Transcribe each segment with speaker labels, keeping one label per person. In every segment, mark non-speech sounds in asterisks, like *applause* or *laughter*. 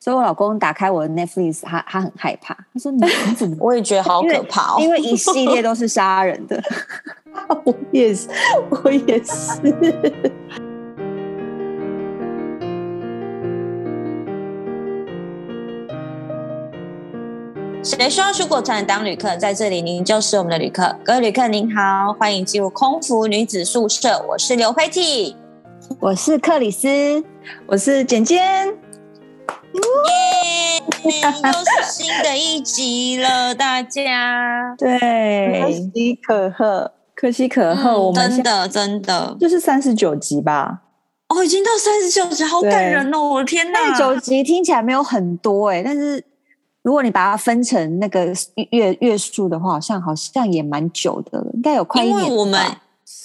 Speaker 1: 所以我老公打开我的 Netflix，他他很害
Speaker 2: *laughs*
Speaker 1: 怕，他说你你怎么
Speaker 3: *laughs* 我也觉得好可怕哦
Speaker 1: 因。为一系列都是杀人
Speaker 2: *laughs*
Speaker 1: 的。
Speaker 3: 我也是，我也是。谁说出国才能当旅客？在这里，您就是我们的旅客。各位旅客您好，欢迎进入空服女子宿舍，我是刘佩蒂。
Speaker 1: 我是克里斯，
Speaker 2: 我是简简，
Speaker 3: 耶， *laughs* 又是新的一集了，大家。嗯
Speaker 2: 可
Speaker 1: 对，
Speaker 2: 喜可贺，可喜可贺。
Speaker 3: 嗯
Speaker 2: 我们
Speaker 3: 真
Speaker 2: 现在
Speaker 3: 的真的
Speaker 2: 就是三十九集吧？
Speaker 3: 哦，已经到三十九集，好感
Speaker 2: 对
Speaker 3: 人哦！我的天
Speaker 1: 那
Speaker 3: 哪，
Speaker 1: 九集听起来没有很多哎、但是如果你把它分成那个月月数的话，好像好像也蛮久的了，应该有快一
Speaker 3: 因
Speaker 1: 年
Speaker 3: 为
Speaker 1: 吧。
Speaker 3: 我们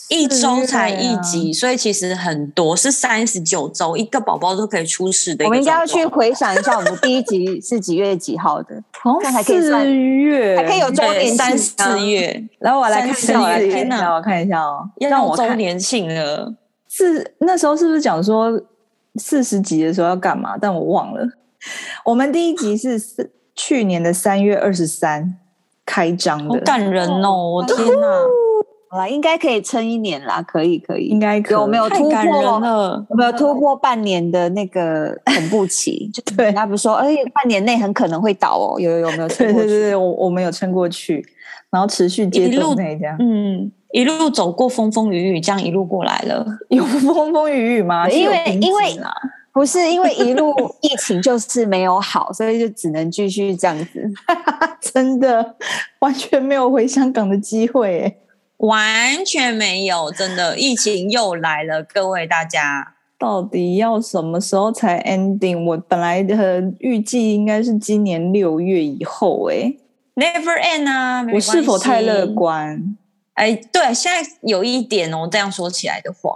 Speaker 3: 一周才一
Speaker 2: 啊
Speaker 3: 集，所以其实很多是三十九周，一个宝宝都可以出世的一
Speaker 1: 我
Speaker 3: 个
Speaker 1: 们应该要
Speaker 3: 状
Speaker 1: 去
Speaker 3: 况
Speaker 1: 回想一下，我们第一集是几月几号的，
Speaker 2: 好
Speaker 1: 这样
Speaker 2: 像
Speaker 1: 才可以算
Speaker 2: 四月，
Speaker 1: 还可以有周
Speaker 3: 对
Speaker 1: 年
Speaker 3: 三
Speaker 1: 庆啊
Speaker 3: 四月
Speaker 2: 然后我来看一
Speaker 3: 三
Speaker 2: 下，
Speaker 3: 十
Speaker 2: 我来看
Speaker 3: 天
Speaker 2: 一
Speaker 3: 哪
Speaker 2: 下，我看一下哦。
Speaker 3: 要
Speaker 2: 让
Speaker 3: 到
Speaker 2: 我
Speaker 3: 周
Speaker 2: 看
Speaker 3: 年庆了，
Speaker 2: 是那时候是不是讲说四十集的时候要干嘛？但我忘了。我们第一集是四去年的三月二十三开张
Speaker 3: 好
Speaker 2: 的，
Speaker 3: 感人哦！我天哪，
Speaker 1: *laughs* 好啦，应该可以撑一年啦，可以可以，
Speaker 2: 应该可以
Speaker 1: 有没有
Speaker 3: 太
Speaker 1: 突
Speaker 3: 感人
Speaker 1: 破？
Speaker 3: 了。
Speaker 1: 有没有突破半年的那个恐怖期？就
Speaker 2: *laughs* 对
Speaker 1: 人家不是说，哎、半年内很可能会倒哦，有有有没有突
Speaker 2: 对
Speaker 1: 破
Speaker 2: 对对
Speaker 1: 期？
Speaker 2: 对，我我们有撑过去，然后持续接
Speaker 3: 一路
Speaker 2: 种那这样。
Speaker 3: 嗯，一路走过风风雨雨，这样一路过来了。
Speaker 2: 有风风雨雨吗？
Speaker 1: 对
Speaker 2: 是
Speaker 1: 因
Speaker 2: 有
Speaker 1: 为
Speaker 2: 瓶颈
Speaker 1: 因为
Speaker 2: 啦
Speaker 1: 不是因为一路疫情就是没有好，所以就只能继续这样
Speaker 2: *laughs*
Speaker 1: 子。
Speaker 2: 真的完全没有回香港的机会耶。
Speaker 3: 完全没有，真
Speaker 2: *laughs*
Speaker 3: 的，疫情又来了，各位大家。
Speaker 2: 到底要什么时候才 ending？我本来的预计应该是今年六月以后，哎，
Speaker 3: Never end 啊！没
Speaker 2: 我是否
Speaker 3: 关系
Speaker 2: 太乐？观？
Speaker 3: 哎，对，现在有一点哦，这样说起来的话，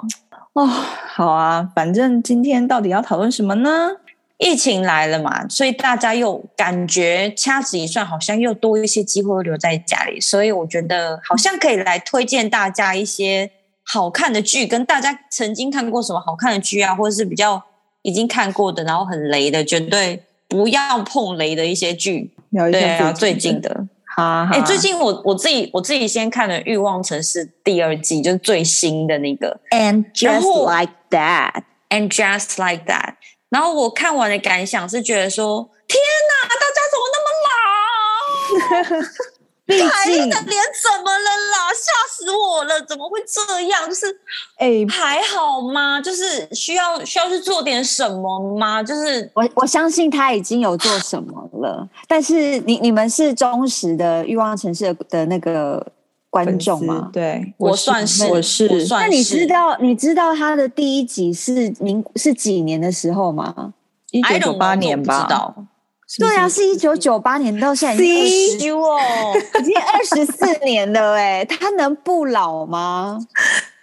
Speaker 2: 哦，好啊，反正今天到底要讨论什么呢？
Speaker 3: 疫情来了嘛，所以大家又感觉掐指一算，好像又多一些机会留在家里，所以我觉得好像可以来推荐大家一些好看的剧，跟大家曾经看过什么好看的剧啊，或者是比较已经看过的，然后很雷的，绝对不要碰雷的一些剧。
Speaker 2: 聊一
Speaker 3: 对
Speaker 2: 下
Speaker 3: 啊，最近，的。
Speaker 2: 哈哈，
Speaker 3: 哎、最近我我自己我自己先看了《欲望城市》第二季，就是最新的那个
Speaker 1: And
Speaker 3: 然后
Speaker 1: just like that，
Speaker 3: 《And Just Like That》，然后我看完的感想是觉得说，天哪，大家怎么那么老？
Speaker 1: 毕
Speaker 3: 台
Speaker 1: 竟
Speaker 3: 的脸怎么了啦？吓死我了！怎么会这样？就是
Speaker 2: 哎，
Speaker 3: 还好吗？就是需要需要去做点什么吗？就是
Speaker 1: 我我相信他已经有做什么了，但是你你们是忠实的欲望城市的的那个观
Speaker 2: 粉
Speaker 1: 众
Speaker 2: 丝
Speaker 1: 吗？
Speaker 2: 对，
Speaker 3: 我算是
Speaker 2: 我是
Speaker 3: 我算
Speaker 1: 那
Speaker 3: 是，
Speaker 1: 你知道你知道他的第一集是您是几年的时候吗？
Speaker 2: 一九
Speaker 3: I
Speaker 2: 九
Speaker 3: don't
Speaker 2: 八
Speaker 3: know，
Speaker 2: 年
Speaker 3: 我不知
Speaker 2: 吧？
Speaker 3: 道。
Speaker 2: 是不
Speaker 1: 对
Speaker 2: 是
Speaker 1: 啊，，是一九九八年到现在已
Speaker 2: See？
Speaker 1: 经哦，已经二十四年了哎、他能不老吗？ *sighs*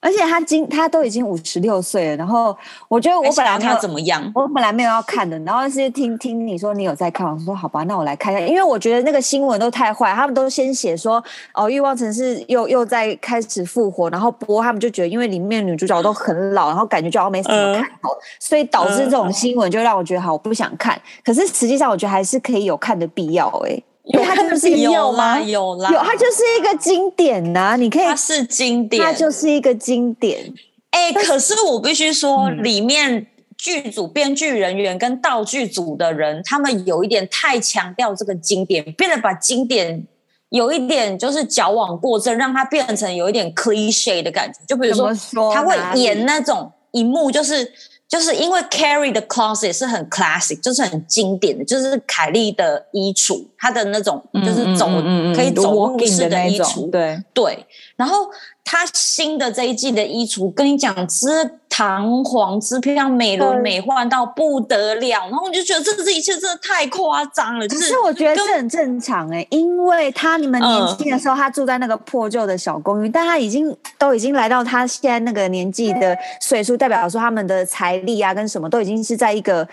Speaker 1: 而且他今他都已经五十六岁了，然后我觉得我
Speaker 3: 我
Speaker 1: 本
Speaker 3: 本
Speaker 1: 来
Speaker 3: 来
Speaker 1: 没有
Speaker 3: 他怎么样？
Speaker 1: 我本来没有要看的，然后是听听你说你有在看，我说好吧，那我来看一下，因为我觉得那个新闻都太坏，他们都先写说哦，欲望城市又又在开始复活，然后播他们就觉得因为里面女主角都很老，然后感觉就好像没什么
Speaker 3: 嗯
Speaker 1: 看头，所以导致这种新闻就让我觉得好，我不想看。可是实际上我觉得还是可以有看的必要、欸，因为它
Speaker 2: 看
Speaker 1: 就
Speaker 2: 的
Speaker 1: 是
Speaker 2: 必
Speaker 1: 一
Speaker 2: 要
Speaker 3: 有
Speaker 2: 吗
Speaker 3: 啦有啦，
Speaker 1: 有它就是一个经典呐、你可以，
Speaker 3: 它是经典，
Speaker 1: 它就是一个经典。
Speaker 3: 哎、可是我必须说，
Speaker 2: 嗯
Speaker 3: 里面剧组、编剧人员跟道具组的人，他们有一点太强调这个经典，变得把经典有一点就是矫枉过正，让它变成有一点 cliche 的感觉。就比如
Speaker 1: 怎
Speaker 3: 说
Speaker 1: 么，说？
Speaker 3: 他会
Speaker 1: 哪里
Speaker 3: 演那种一幕，就是就是因为 Carrie 的 closet 是很 classic，就是很经典的，就是凯莉的衣橱，她的那种
Speaker 2: 嗯
Speaker 3: 就是走、
Speaker 2: 嗯嗯嗯
Speaker 3: 可以走入
Speaker 2: walking
Speaker 3: 式
Speaker 2: 的那
Speaker 3: 衣
Speaker 2: 种，
Speaker 3: 橱，
Speaker 2: 对，
Speaker 3: 对，然后他新的这一季的衣橱，跟你讲之堂皇之漂，美轮
Speaker 1: 对
Speaker 3: 美奂到不得了，然后我就觉得这这一切真的太夸张了，就
Speaker 1: 可
Speaker 3: 是嗯
Speaker 1: 是我觉得这很正常哎、因为他你们年轻的时候，他住在那个破旧的小公寓，但他已经都已经来到他现在那个年纪的岁数，代表说他们的财力啊跟什么都已经是在一个。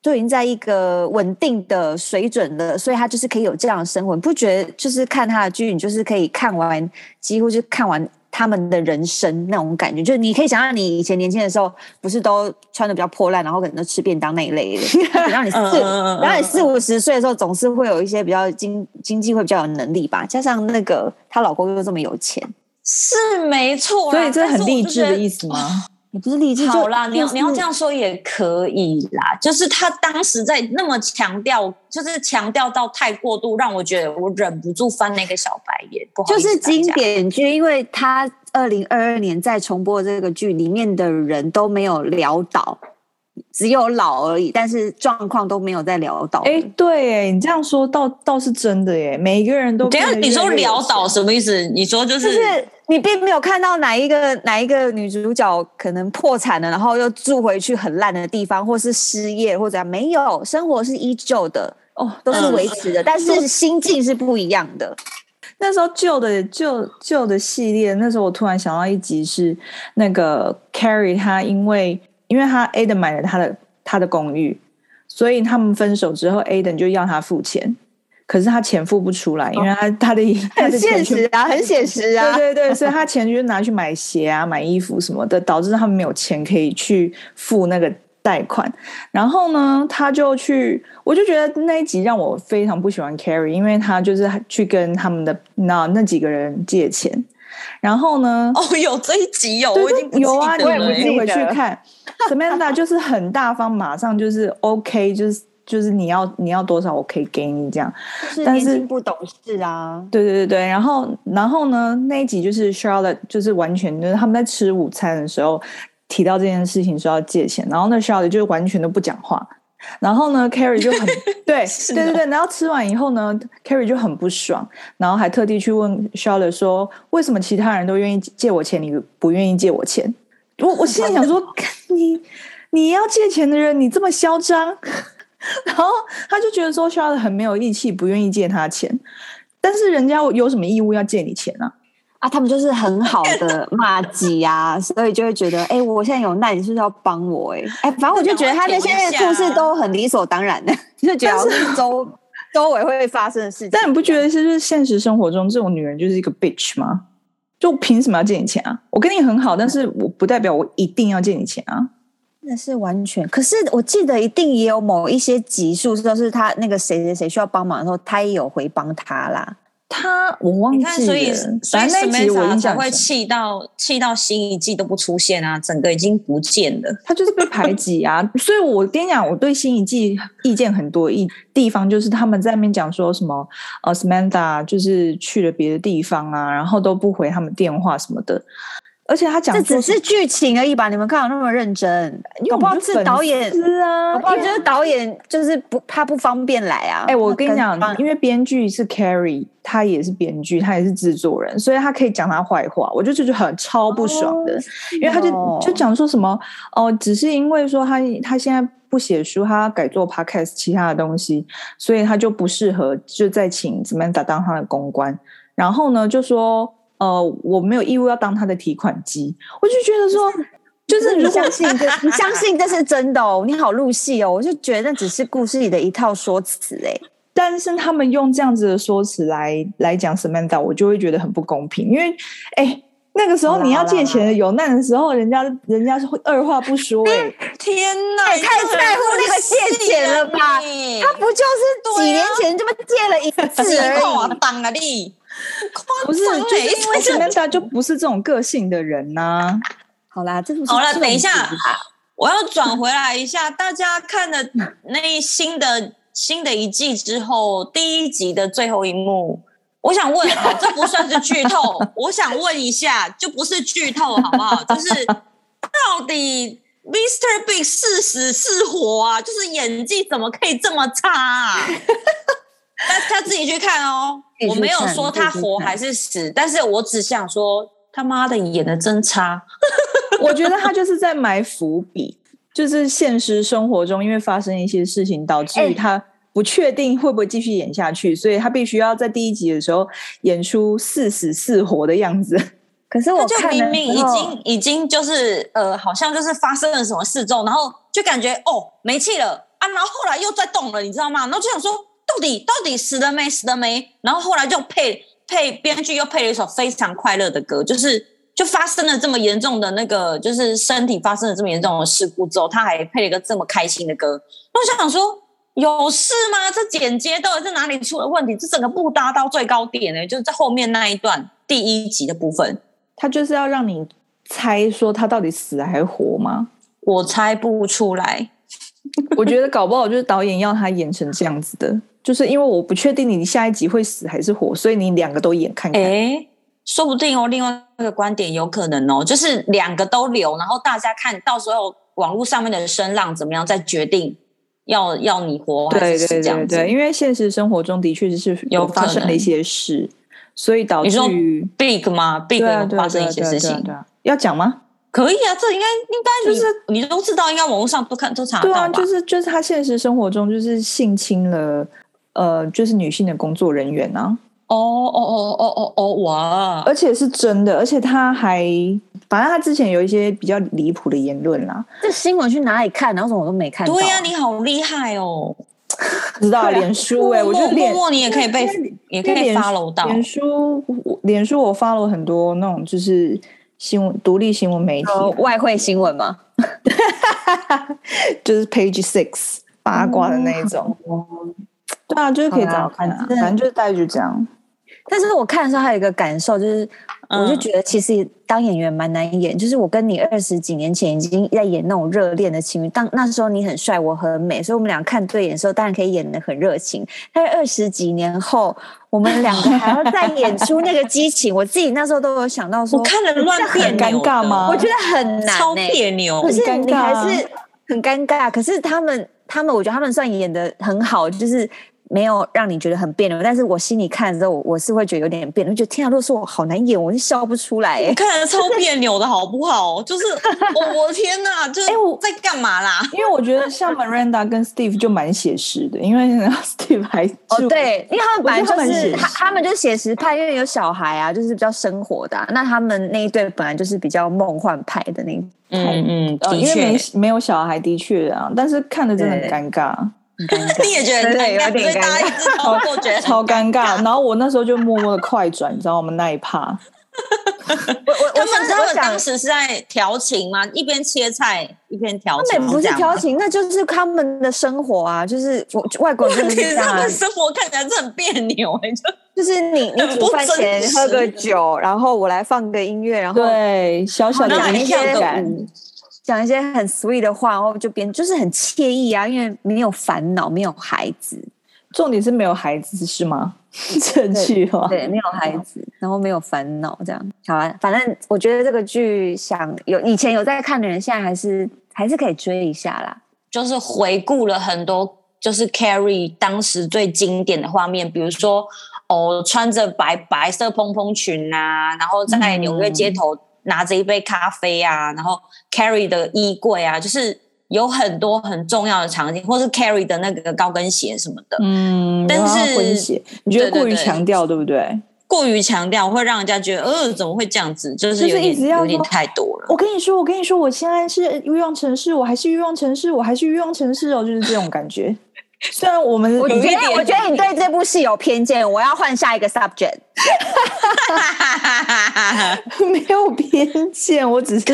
Speaker 1: 就已经在一个稳定的水准了，所以他就是可以有这样的生活。你不觉得？就是看他的剧，你就是可以看完，几乎就看完他们的人生那种感觉，就是你可以想象你以前年轻的时候，不是都穿的比较破烂，然后可能都吃便当那一类
Speaker 3: *laughs*
Speaker 1: 的，然后你四，
Speaker 3: 嗯嗯嗯
Speaker 1: 然后你四五十岁的时候，总是会有一些比较经经济会比较有能力吧，加上那个她老公又这么有钱，
Speaker 3: 是没错啦，
Speaker 2: 所以这很励志的意
Speaker 3: 思。
Speaker 2: 思吗？
Speaker 3: *laughs*
Speaker 1: 也不是励志，就
Speaker 3: 好啦，你要
Speaker 1: 就是
Speaker 3: 你要这样说也可以啦。就是他当时在那么强调，就是强调到太过度，让我觉得我忍不住翻那个小白眼。不好
Speaker 1: 就
Speaker 3: 意思
Speaker 1: 是
Speaker 3: 大家
Speaker 1: 经典剧，因为他二零二二年在重播这个剧里面的人都没有潦倒，只有老而已，但是状况都没有在潦倒。
Speaker 3: 嗯
Speaker 2: 哎、对耶，你这样说倒倒是真的耶，每一个人都
Speaker 3: 等一下
Speaker 2: 变得
Speaker 3: 你
Speaker 2: 越来
Speaker 3: 说
Speaker 2: 越有
Speaker 3: 潦倒
Speaker 2: 钱
Speaker 3: 什么意思？你说就
Speaker 1: 就是是你并没有看到哪一个哪一个女主角可能破产了，然后又住回去很烂的地方，或是失业或者没有，生活是依旧的，
Speaker 2: 哦，
Speaker 1: 都是
Speaker 3: 嗯
Speaker 1: 维持的，但是心境是不一样的。
Speaker 2: 那时候旧的旧旧的系列，那时候我突然想到一集是那个 Carrie，她因为因为她 Aden 买了她的她的公寓，所以他们分手之后，Aden 就要她付钱，可是她钱付不出来，因为她她的
Speaker 1: 哦
Speaker 2: 她
Speaker 1: 很
Speaker 2: 的
Speaker 1: 现
Speaker 2: 钱全
Speaker 1: 实啊，很写实啊。
Speaker 2: 对对对，所以她钱就拿去买鞋啊、买衣服什么的，导致他们没有钱可以去付那个贷款。然后呢，她就去，我就觉得那一集让我非常不喜欢 Carrie，因为她就是去跟他们的那那几个人借钱。然后呢，
Speaker 3: 哦，有这一集有，
Speaker 2: 对
Speaker 3: 我已经不
Speaker 2: 对有啊，
Speaker 3: 记
Speaker 2: 你
Speaker 3: 得
Speaker 1: 我也
Speaker 3: 了
Speaker 1: 不
Speaker 3: 欸
Speaker 1: 记
Speaker 2: 可以回
Speaker 1: 得
Speaker 2: 去看。Samantha 就是很大方，马上就是 OK，就是就是你要你要多少我可以给你这样。
Speaker 1: 就是
Speaker 2: 但
Speaker 1: 年
Speaker 2: 是
Speaker 1: 轻不懂事啊。
Speaker 2: 对对对对，然后然后呢，那一集就是 Charlotte，就是完全就是他们在吃午餐的时候提到这件事情说要借钱，然后那 Charlotte 就完全都不讲话，然后呢 Carrie 就很对
Speaker 3: 是
Speaker 2: 对对
Speaker 3: 哦
Speaker 2: 对，然后吃完以后呢，Carrie 就很不爽，然后还特地去问 Charlotte 说为什么其他人都愿意借我钱，你不愿意借我钱？我我心里想说，干你你要借钱的人，你这么嚣张。 *laughs* 然后他就觉得说 Charlotte 很没有义气，不愿意借他钱。但是人家有什么义务要借你钱啊？
Speaker 1: 啊，他们就是很好的骂鸡啊，所以就会觉得，哎、我现在有难，你是不是要帮我、哎，哎，反正我就觉得他那些故事都很理所当然的，就觉得好像是周周围会发生的事情。
Speaker 2: 但你不觉得就是现实生活中这种女人就是一个 bitch 吗？就凭什么要借你钱啊？我跟你很好，但是我不代表我一定要借你钱啊。
Speaker 1: 真的是完全？可是我记得一定也有某一些集数，就是他那个谁谁谁需要帮忙的时候，他也有回帮他啦。
Speaker 2: 他我忘
Speaker 3: 你
Speaker 2: 记
Speaker 3: 看，所以
Speaker 2: 了
Speaker 3: 所以，
Speaker 2: 反正那一集我
Speaker 3: Samantha
Speaker 2: 印
Speaker 3: 才
Speaker 2: 象
Speaker 3: 会
Speaker 2: 深
Speaker 3: 气到气到新一季都不出现啊，整个已经不见了。
Speaker 2: 他就是被排挤啊。所以我跟你讲，我对新一季意见很多意地方，就是他们在那边讲说什么呃，Samantha 就是去了别的地方啊，然后都不回他们电话什么的。而且他讲
Speaker 1: 这
Speaker 2: 说
Speaker 1: 只
Speaker 2: 什么
Speaker 1: 是剧情而已吧？你们看我那么认真，
Speaker 2: 因为
Speaker 1: 搞
Speaker 2: 我
Speaker 1: 不好
Speaker 2: 们就是
Speaker 1: 导演
Speaker 2: 粉，丝啊，
Speaker 1: 搞不好就是导演就是不他不方便来啊。
Speaker 2: 哎、我跟你讲
Speaker 1: 那，
Speaker 2: 因为编剧是 Carrie，他也是编剧，他也是制作人，所以他可以讲他坏话，我就觉得很超不爽的，
Speaker 1: 哦
Speaker 2: 因为他就
Speaker 1: 哦
Speaker 2: 就讲说什么哦、只是因为说他他现在不写书，他改做 podcast 其他的东西，所以他就不适合就再请 Samantha 当他的公关，然后呢就说呃我没有义务要当他的提款机，我就觉得说。就
Speaker 1: 就是是你
Speaker 2: 如果
Speaker 1: 相信这， *laughs* 你相信这是真的哦，你好入戏哦，我就觉得那只是故事里的一套说辞哎、
Speaker 2: 但是他们用这样子的说辞来来讲 Samantha，我就会觉得很不公平，因为哎、那个时
Speaker 1: 好
Speaker 2: 候
Speaker 1: 啦
Speaker 2: 你要
Speaker 1: 好啦
Speaker 2: 借
Speaker 1: 好
Speaker 2: 钱有难的时候，人家人家是会二话不说、哎，
Speaker 3: 天哪，
Speaker 1: 也太在乎那个借钱了吧
Speaker 3: 你
Speaker 1: 他不就是啊几年前这么借了一次
Speaker 3: 自夸
Speaker 1: 而已？
Speaker 3: 当啊你，
Speaker 2: 不是，
Speaker 3: 夸张
Speaker 2: 就是
Speaker 3: 欸
Speaker 2: 因为 Samantha 就不是这种个性的人呐、
Speaker 1: *laughs* 好啦，这不是
Speaker 3: 好啦
Speaker 1: 重
Speaker 3: 等一下
Speaker 1: 点吧
Speaker 3: 我要转
Speaker 1: 嗯
Speaker 3: 回来一下，大家看了那新的新的一季之后，第一集的最后一幕，我想问，好，这不算是剧
Speaker 1: *laughs*
Speaker 3: 透，我想问一下，就不是剧透好不好？就是 *laughs* 到底 Mr. Big 是死是活啊？就是演技怎么可以这么差啊？大家自己去看哦
Speaker 1: *laughs* 自己，去
Speaker 3: 我没有
Speaker 1: 看
Speaker 3: 说
Speaker 1: 自己
Speaker 3: 他
Speaker 1: 去
Speaker 3: 活
Speaker 1: 看
Speaker 3: 还是死，但是我只想说，他妈的演的真差。
Speaker 2: 我觉得他就是在埋伏笔， *laughs* 就是现实生活中因为发生一些事情，导致于
Speaker 1: 哎
Speaker 2: 他不确定会不会继续演下去，所以他必须要在第一集的时候演出似死似活的样子。
Speaker 1: 可是
Speaker 3: 他
Speaker 1: 我
Speaker 3: 就
Speaker 1: 看
Speaker 3: 明
Speaker 1: 了
Speaker 3: 明
Speaker 1: 之
Speaker 3: 已
Speaker 1: 后
Speaker 3: 经已经就是呃，好像就是发生了什么事之后，然后就感觉哦没气了啊，然后后来又再动了，你知道吗？然后就想说到底到底死了没死了没？然后后来就配配编剧又配了一首非常快乐的歌，就是就发生了这么严重的那个，就是身体发生了这么严重的事故之后，他还配了一个这么开心的歌，那我想说。有事吗？这剪接到底在哪里出了问题？这整个不搭到最高点呢、就是在后面那一段第一集的部分，
Speaker 2: 他就是要让你猜说他到底死还活吗？
Speaker 3: 我猜不出来。
Speaker 2: 我觉得搞不好就是导演要他演成这样子的，就是因为我不确定你下一集会死还是活，所以你两个都演看看。
Speaker 3: 诶，说不定哦，另外一个观点有可能哦，就是两个都留，然后大家看到时候网络上面的声浪怎么样，再决定要要你活还是
Speaker 2: 对
Speaker 3: 死
Speaker 2: 对
Speaker 3: 这样
Speaker 2: 对
Speaker 3: 子。
Speaker 2: 对，因为现实生活中的确是
Speaker 3: 有
Speaker 2: 发
Speaker 3: 可
Speaker 2: 生了
Speaker 3: 能
Speaker 2: 一些事，所以导
Speaker 3: 你
Speaker 2: 致
Speaker 3: 说
Speaker 2: 于
Speaker 3: big 吗？big
Speaker 2: 对啊对啊
Speaker 3: 发生
Speaker 2: 对啊
Speaker 3: 一些
Speaker 2: 对啊
Speaker 3: 事
Speaker 2: 对啊
Speaker 3: 情，
Speaker 2: 对啊要讲吗？
Speaker 3: 可以啊，这应该应该
Speaker 2: 就是
Speaker 3: 你你都知道，应该网络上都看都查得
Speaker 2: 对
Speaker 3: 到
Speaker 2: 啊，
Speaker 3: 吧？
Speaker 2: 就是就是他现实生活中就是性侵了呃，就是女性的工作人员啊，
Speaker 3: 哦哦哦哦哦哦，哇！
Speaker 2: 而且是真的，而且他还反正他之前有一些比较离谱的言论啦，
Speaker 1: 这新闻去哪里看？然后怎么我都没看到、啊
Speaker 3: 对呀、啊你好厉害哦！
Speaker 2: 不知道脸书哎、
Speaker 3: 默
Speaker 2: 我觉得
Speaker 3: 默
Speaker 2: 脸
Speaker 3: 默你也可以被也可
Speaker 2: 因为
Speaker 3: 以
Speaker 2: 脸
Speaker 3: follow 到，
Speaker 2: 脸书，我脸书我 follow 很多那种就是新闻独立新闻媒体啊、
Speaker 1: 呃外汇新闻吗？
Speaker 2: *laughs* 就是 Page Six 八卦的那一种。对啊，就是可以
Speaker 1: 哦好
Speaker 2: 找
Speaker 1: 啦
Speaker 2: 找看啊，
Speaker 1: 反正
Speaker 2: 反正就是大概就这样。
Speaker 1: 但是我看的时候还有一个感受，就是
Speaker 3: 嗯
Speaker 1: 我就觉得其实当演员蛮难演，就是我跟你二十几年前已经在演那种热恋的情侣，当那时候你很帅，我很美，所以我们俩看对眼的时候，当然可以演的很热情。但是二十几年后，我们两个还要再演出那个激情， *laughs* 我自己那时候都有想到说，
Speaker 3: 我看了乱别
Speaker 2: 很
Speaker 3: 扭
Speaker 2: 尴
Speaker 3: 的
Speaker 2: 尬吗
Speaker 1: 我觉得很难、欸，
Speaker 3: 超别扭
Speaker 1: 可，是
Speaker 2: 很尴
Speaker 1: 你
Speaker 2: 尬
Speaker 1: 还
Speaker 2: 啊
Speaker 1: 是很尴尬。可是他们，他们，我觉得他们算演的很好，就是没有让你觉得很别扭。但是我心里看的时候，我我是会觉得有点别扭，就觉得天啊，如果是我好难演，我是笑不出来、
Speaker 3: 我
Speaker 1: 欸。
Speaker 3: 看了超别扭的好不好？就是
Speaker 1: *laughs*
Speaker 3: 我我天哪，就是
Speaker 2: 哎我
Speaker 3: 在干嘛啦？
Speaker 2: 因为我觉得像 Miranda 跟 Steve 就蛮写实的，因为 *laughs* 然后 Steve 还
Speaker 1: 哦，
Speaker 2: 住，
Speaker 1: 对，因为他们本来
Speaker 2: 我
Speaker 1: 就
Speaker 2: 觉得他们很
Speaker 1: 是
Speaker 2: 写实
Speaker 1: 他，他们就是写实派，因为有小孩啊，就是比较生活的啊、那他们那一对本来就是比较梦幻派的那一
Speaker 3: 嗯嗯，
Speaker 1: 哦
Speaker 2: 呃
Speaker 3: 的
Speaker 2: 因为
Speaker 3: 确
Speaker 2: 没，没有小孩的确啊，但是看着真的很
Speaker 1: 对
Speaker 2: 尴尬，
Speaker 3: 你也觉得很
Speaker 1: 对
Speaker 3: 尴
Speaker 1: 有
Speaker 3: 尬，
Speaker 1: 点
Speaker 3: 所以大家
Speaker 1: 尴
Speaker 3: 一直超过觉
Speaker 1: *laughs*
Speaker 3: 得
Speaker 2: *laughs* 超尴尬。然后我那时候就默默的快转，你知道我们那一趴，
Speaker 1: 我我
Speaker 3: 他
Speaker 1: 我想
Speaker 3: 们他
Speaker 1: 我
Speaker 3: 们
Speaker 1: 想
Speaker 3: 当。时是在调情吗？一边切菜一边调
Speaker 1: 那
Speaker 3: 情，
Speaker 1: 也不是
Speaker 3: 这样吗
Speaker 1: 调。情，那就是他们的生活啊，就是我外国人真的是
Speaker 3: 问题
Speaker 1: 这
Speaker 3: *laughs* 是
Speaker 1: 样
Speaker 3: 他
Speaker 1: 啊
Speaker 3: 们生活看起来是很别扭、哎，就
Speaker 1: 就是你你
Speaker 3: 很
Speaker 1: 煮
Speaker 3: 不
Speaker 1: 饭前
Speaker 3: 真实
Speaker 1: 喝个酒，然后我来放个音乐，然后
Speaker 2: 对，小小的
Speaker 1: 然后
Speaker 3: 还
Speaker 2: 仪式
Speaker 3: 跳个
Speaker 2: 感，
Speaker 3: 舞，
Speaker 1: 讲一些很 sweet 的话，然后就边就是很惬意啊，因为没有烦恼，没有孩子，
Speaker 2: 重点是没有孩子是吗？ *laughs* 正
Speaker 1: 对
Speaker 2: 确话，
Speaker 1: 对，没有孩
Speaker 3: 哦
Speaker 1: 子，然后没有烦恼，这样好啊。反正我觉得这个剧想有以前有在看的人，现在还是还是可以追一下啦。
Speaker 3: 就是回顾了很多，就是 Carrie 当时最经典的画面，比如说哦，穿着白白色蓬蓬裙啊，然后在
Speaker 2: 嗯
Speaker 3: 纽约街头拿着一杯咖啡啊，然后 Carrie 的衣柜啊，就是有很多很重要的场景，或是 Carrie 的那个高跟鞋什么的，
Speaker 2: 嗯，
Speaker 3: 但
Speaker 2: 然后
Speaker 3: 是
Speaker 2: 混血，你觉得
Speaker 3: 对对
Speaker 2: 过于
Speaker 3: 对
Speaker 2: 强调对不对？
Speaker 3: 过于强调会让人家觉得，呃，怎么会这样子？就是有
Speaker 2: 就是一
Speaker 3: 点
Speaker 2: 直要
Speaker 3: 有点
Speaker 2: 说
Speaker 3: 太多了。 *laughs*
Speaker 2: 我跟你说，我跟你说，我现在是欲望城市，我还是欲望城市，我还是欲望城市哦，就是这种感 *laughs* 觉。虽然我们
Speaker 1: 我
Speaker 3: 有
Speaker 1: 觉
Speaker 3: 一
Speaker 1: 得
Speaker 3: 点
Speaker 1: 我觉得你对这部戏有偏见，我要换下一个 subject。
Speaker 2: 没有偏见，我只是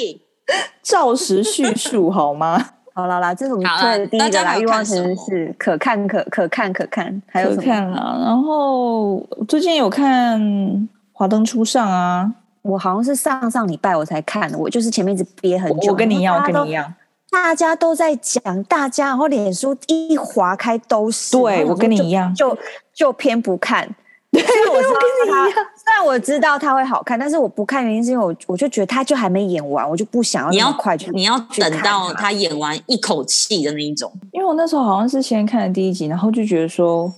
Speaker 3: 以
Speaker 2: *laughs* 照实叙述好吗？
Speaker 1: 好啦啦，这是我们
Speaker 3: 好啦啊
Speaker 1: 推的第
Speaker 3: 大
Speaker 1: 一
Speaker 3: 家
Speaker 1: 个啦，
Speaker 3: 还有
Speaker 1: 欲望
Speaker 3: 看什
Speaker 1: 城
Speaker 3: 么
Speaker 1: 市可看可可看可看，还有
Speaker 2: 有
Speaker 1: 什么？
Speaker 2: 看了，然后最近有看《华灯初上》啊，
Speaker 1: 我好像是上上礼拜我才看的，我就是前面一直憋很久。
Speaker 2: 我跟你一样，我跟你一
Speaker 1: 样，
Speaker 2: 样，
Speaker 1: 大家都在讲，大家然后脸书一划开都是。
Speaker 2: 对
Speaker 1: 然后
Speaker 2: 我跟你
Speaker 1: 就
Speaker 2: 一样
Speaker 1: 就就偏不看。对，
Speaker 2: *laughs*
Speaker 1: 我知道他，虽然我知道他会好看，但是我不看原因是因为我我就觉得他就还没演完，我就不想要
Speaker 3: 你
Speaker 1: 那
Speaker 3: 要
Speaker 1: 么快就
Speaker 3: 你要
Speaker 1: 去看
Speaker 3: 等到
Speaker 1: 它
Speaker 3: 他演完一口气的那一种。
Speaker 2: 因为我那时候好像是先看了第一集，然后就觉得说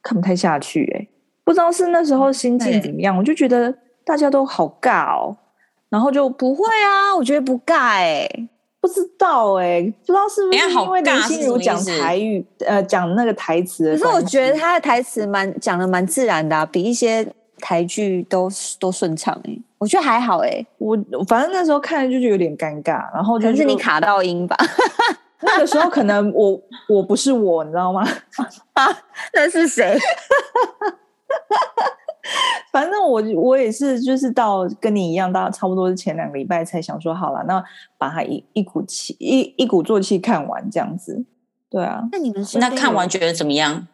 Speaker 2: 看不太下去、欸，不知道是那时候心境怎么样，我就觉得大家都好尬哦，然后就不会
Speaker 1: 对啊，我觉得不尬哎、
Speaker 2: 不知道哎、不知道是不
Speaker 3: 等一
Speaker 2: 是
Speaker 3: 下
Speaker 2: 因为
Speaker 3: 好尬
Speaker 2: 林
Speaker 3: 是
Speaker 2: 心
Speaker 3: 什么
Speaker 2: 如
Speaker 3: 意
Speaker 2: 讲
Speaker 3: 思
Speaker 2: 台语，呃，讲那个台词的
Speaker 1: 可是
Speaker 2: 关
Speaker 1: 我
Speaker 2: 系，
Speaker 1: 觉得他的台词蛮讲的蛮自然的、啊，比一些台剧都都顺畅哎、我觉得还好哎、
Speaker 2: 我反正那时候看就是有点尴尬，然后
Speaker 1: 可
Speaker 2: 就
Speaker 1: 能是你
Speaker 2: 就
Speaker 1: 卡到音吧。 *laughs*
Speaker 2: 那个时候可能我我不是我，你知道吗？
Speaker 1: 那是谁？
Speaker 2: 反正我我也是，就是到跟你一样，到差不多是前两个礼拜才想说好了，那把它一一股气一一鼓作气看完这样子。对啊，
Speaker 1: 那你们身
Speaker 3: 那
Speaker 1: 边
Speaker 3: 看
Speaker 1: 有
Speaker 3: 完觉得怎么样？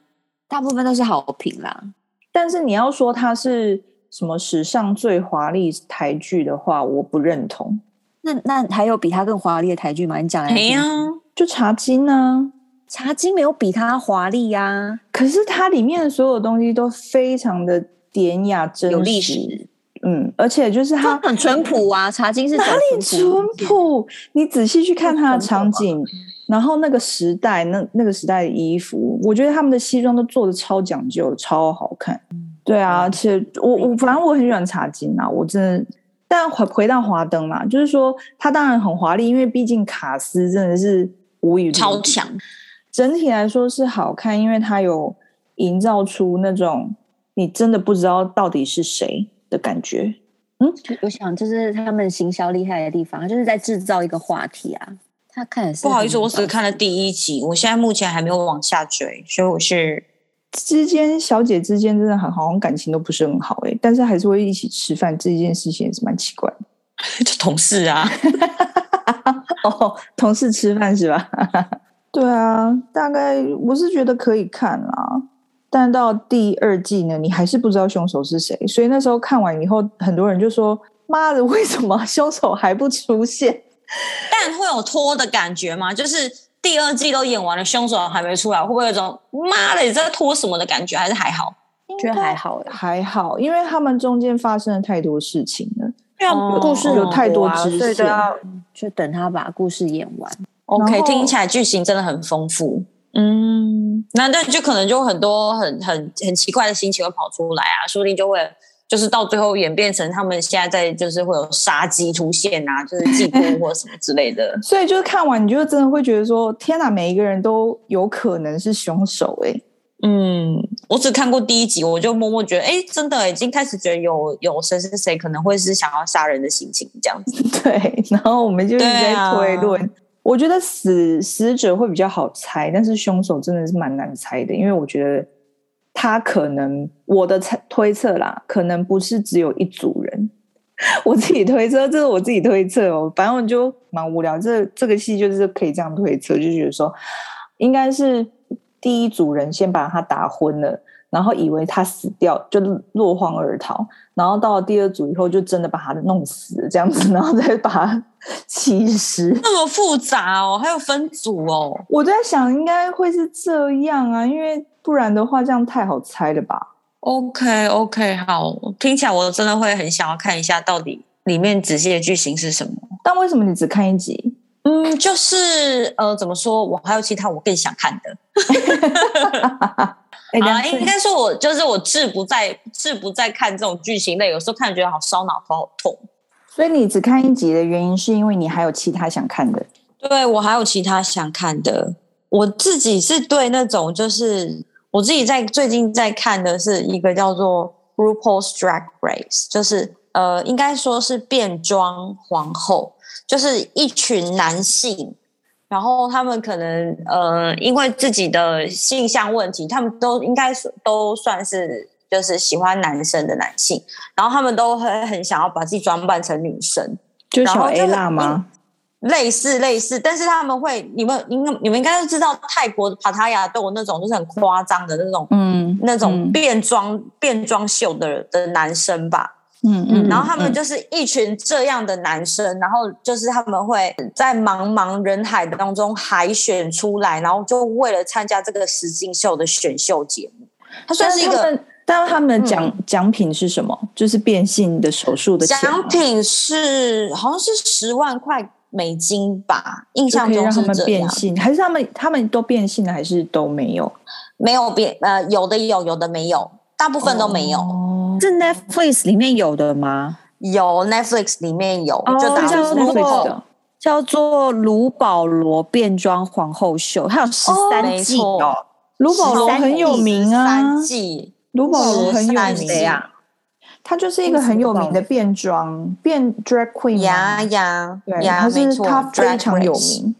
Speaker 1: 大部分都是好评啦。
Speaker 2: 但是你要说它是什么史上最华丽台剧的话，我不认同。
Speaker 1: 那那还有比它更华丽的台剧吗？你讲来
Speaker 3: 没
Speaker 1: 听。
Speaker 3: 哎呀、
Speaker 2: 就茶金啊，
Speaker 1: 茶经没有比它华丽呀，
Speaker 2: 可是它里面的所有东西都非常的典雅真实，
Speaker 1: 有历史，
Speaker 2: 嗯，而且就是它
Speaker 1: 它很淳朴啊。茶经是
Speaker 2: 哪里淳朴？你仔细去看他的场景，然后那个时代，那那个时代的衣服，我觉得他们的西装都做的超讲究，超好看。
Speaker 3: 嗯
Speaker 2: 对啊，而且我我反正我很喜欢茶金啊，我真的。但回回到华灯啦，就是说它当然很华丽，因为毕竟卡斯真的是无与伦比
Speaker 3: 超强。
Speaker 2: 整体来说是好看，因为它有营造出那种你真的不知道到底是谁的感觉。
Speaker 1: 我想就是他们行销厉害的地方，就是在制造一个话题啊。他看的是
Speaker 3: 不好意思，
Speaker 1: 很
Speaker 3: 我只看了第一集，我现在目前还没有往下追，所以我是
Speaker 2: 之间小姐之间真的很好，好像感情都不是很好哎、但是还是会一起吃饭，这件事情也是蛮奇怪的。
Speaker 3: *laughs*
Speaker 2: *laughs*
Speaker 3: 就同事啊，
Speaker 2: 哦，同事吃饭是吧？ *laughs* 对啊，大概我是觉得可以看啦，但到第二季呢，你还是不知道凶手是谁，所以那时候看完以后，很多人就说：“妈的，为什么凶手还不出现
Speaker 3: *laughs* 但会有拖的感觉吗？就是第二季都演完了，凶手还没出来，会不会有种妈的你在拖什么的感觉？还是还好？
Speaker 1: 觉得还好？”哎、
Speaker 2: *laughs* 还好，因为他们中间发生了太多事情了。
Speaker 3: 对啊
Speaker 1: 哦
Speaker 3: 故事
Speaker 2: 有太多
Speaker 1: 啊
Speaker 2: 支
Speaker 1: 所以都
Speaker 2: 线
Speaker 1: 要就等他把故事演完。
Speaker 3: OK，
Speaker 2: 然后
Speaker 3: 听起来剧情真的很丰富。
Speaker 2: 嗯，
Speaker 3: 那但就可能就很多很很很奇怪的心情会跑出来啊，说不定就会就是到最后演变成他们现在在就是会有杀机出现啊，就是嫉妒或什么之类的。
Speaker 2: 所以就是看完你就真的会觉得说：“天哪，每一个人都有可能是凶手、欸。”哎，
Speaker 3: *laughs* 嗯，我只看过第一集，我就默默觉得，哎，真的已经开始觉得有有谁谁谁可能会是想要杀人的心情这样子。
Speaker 2: *laughs* 对，然后我们就一直
Speaker 3: 对
Speaker 2: 在
Speaker 3: 啊
Speaker 2: 推论。我觉得死死者会比较好猜，但是凶手真的是蛮难猜的，因为我觉得他可能我的猜推测啦，可能不是只有一组人。 *laughs* 我自己推测，这是我自己推测哦。反正我就蛮无聊，这这个戏就是可以这样推测，就觉得说应该是第一组人先把他打昏了，然后以为他死掉，就落荒而逃。然后到了第二组以后，就真的把他弄死了这样子，然后再把 *laughs* 他弃尸。
Speaker 3: 那么复杂哦，还有分组哦。
Speaker 2: 我在想，应该会是这样啊，因为不然的话，这样太好猜了吧？
Speaker 3: OK OK，好，听起来我真的会很想要看一下到底里面仔细的剧情是什么。
Speaker 2: 但为什么你只看一集？
Speaker 3: 嗯，就是呃，怎么说？我还有其他我更想看的
Speaker 2: 哎、
Speaker 3: 啊，
Speaker 2: 等一
Speaker 3: 应
Speaker 2: 下
Speaker 3: 该说我就是我志不在志不在看这种剧情类，有时候看觉得好烧脑，头好痛。
Speaker 2: 所以你只看一集的原因，是因为你还有其他想看的。
Speaker 3: 对我还有其他想看的，我自己是对那种就是我自己在最近在看的是一个叫做 RuPaul's Drag Race，就是呃，应该说是变装皇后，就是一群男性。然后他们可能呃，因为自己的性向问题，他们都应该是都算是就是喜欢男生的男性，然后他们都很很想要把自己装扮成女生，
Speaker 2: 就
Speaker 3: 然
Speaker 2: 小
Speaker 3: 后就
Speaker 2: A
Speaker 3: 很
Speaker 2: 辣吗？
Speaker 3: 类似类似，但是他们会，你们应该你们应该都知道，泰国的帕塔亚都有那种就是很夸张的那种、
Speaker 2: 嗯
Speaker 3: 那种
Speaker 2: 嗯
Speaker 3: 变装变装秀的的男生吧。
Speaker 2: 嗯嗯，
Speaker 3: 然后他们
Speaker 2: 嗯
Speaker 3: 就是一群这样的男生，然后就是他们会在茫茫人海当中海选出来，然后就为了参加这个实境秀的选秀节目，它算是一
Speaker 2: 但他
Speaker 3: 个。嗯
Speaker 2: 们但他们的奖、奖品是什么？就是变性的手术的钱吗
Speaker 3: 奖品是好像是十万块美金吧，印
Speaker 2: 就
Speaker 3: 象
Speaker 2: 可以
Speaker 3: 中
Speaker 2: 让
Speaker 3: 是
Speaker 2: 他们
Speaker 3: 这
Speaker 2: 变
Speaker 3: 样。
Speaker 2: 性，还是他们他们都变性了，还是都没有？
Speaker 3: 没有变，呃，有的有，有的没有，大部分都没有。
Speaker 2: 哦
Speaker 1: 这 Netflix 里面有的吗？
Speaker 3: 有 Netflix 里面有，
Speaker 2: 哦
Speaker 3: 就打
Speaker 1: 这叫
Speaker 3: 入如果
Speaker 1: Netflix 的叫做《卢保罗变装皇后秀》，它有十三
Speaker 3: 没
Speaker 1: 季
Speaker 3: 错
Speaker 1: 哦。
Speaker 2: 卢保罗很有名啊
Speaker 3: 三，季
Speaker 2: 卢保罗很有
Speaker 3: 13季
Speaker 1: 啊
Speaker 2: 名，他就是一个很有名的变装变 drag queen
Speaker 3: 呀
Speaker 2: 嘛，
Speaker 3: 呀
Speaker 2: 嗯对，
Speaker 3: 呀，
Speaker 2: 他
Speaker 3: 没
Speaker 2: 是
Speaker 3: 错，
Speaker 2: 他非常有
Speaker 3: Drag Race，
Speaker 2: 名，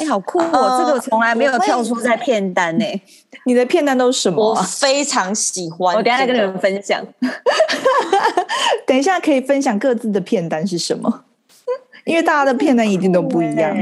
Speaker 1: 哎，好酷哦！这个我从来没有跳出在片单欸呢、
Speaker 3: 嗯
Speaker 2: 你的片单都是什么
Speaker 3: 我
Speaker 2: 啊、
Speaker 3: 非常喜欢、
Speaker 1: 我等一下再跟你们分享。
Speaker 2: *laughs* 等一下可以分享各自的片单是什么， *laughs* 因为大家的片单一定都不一样。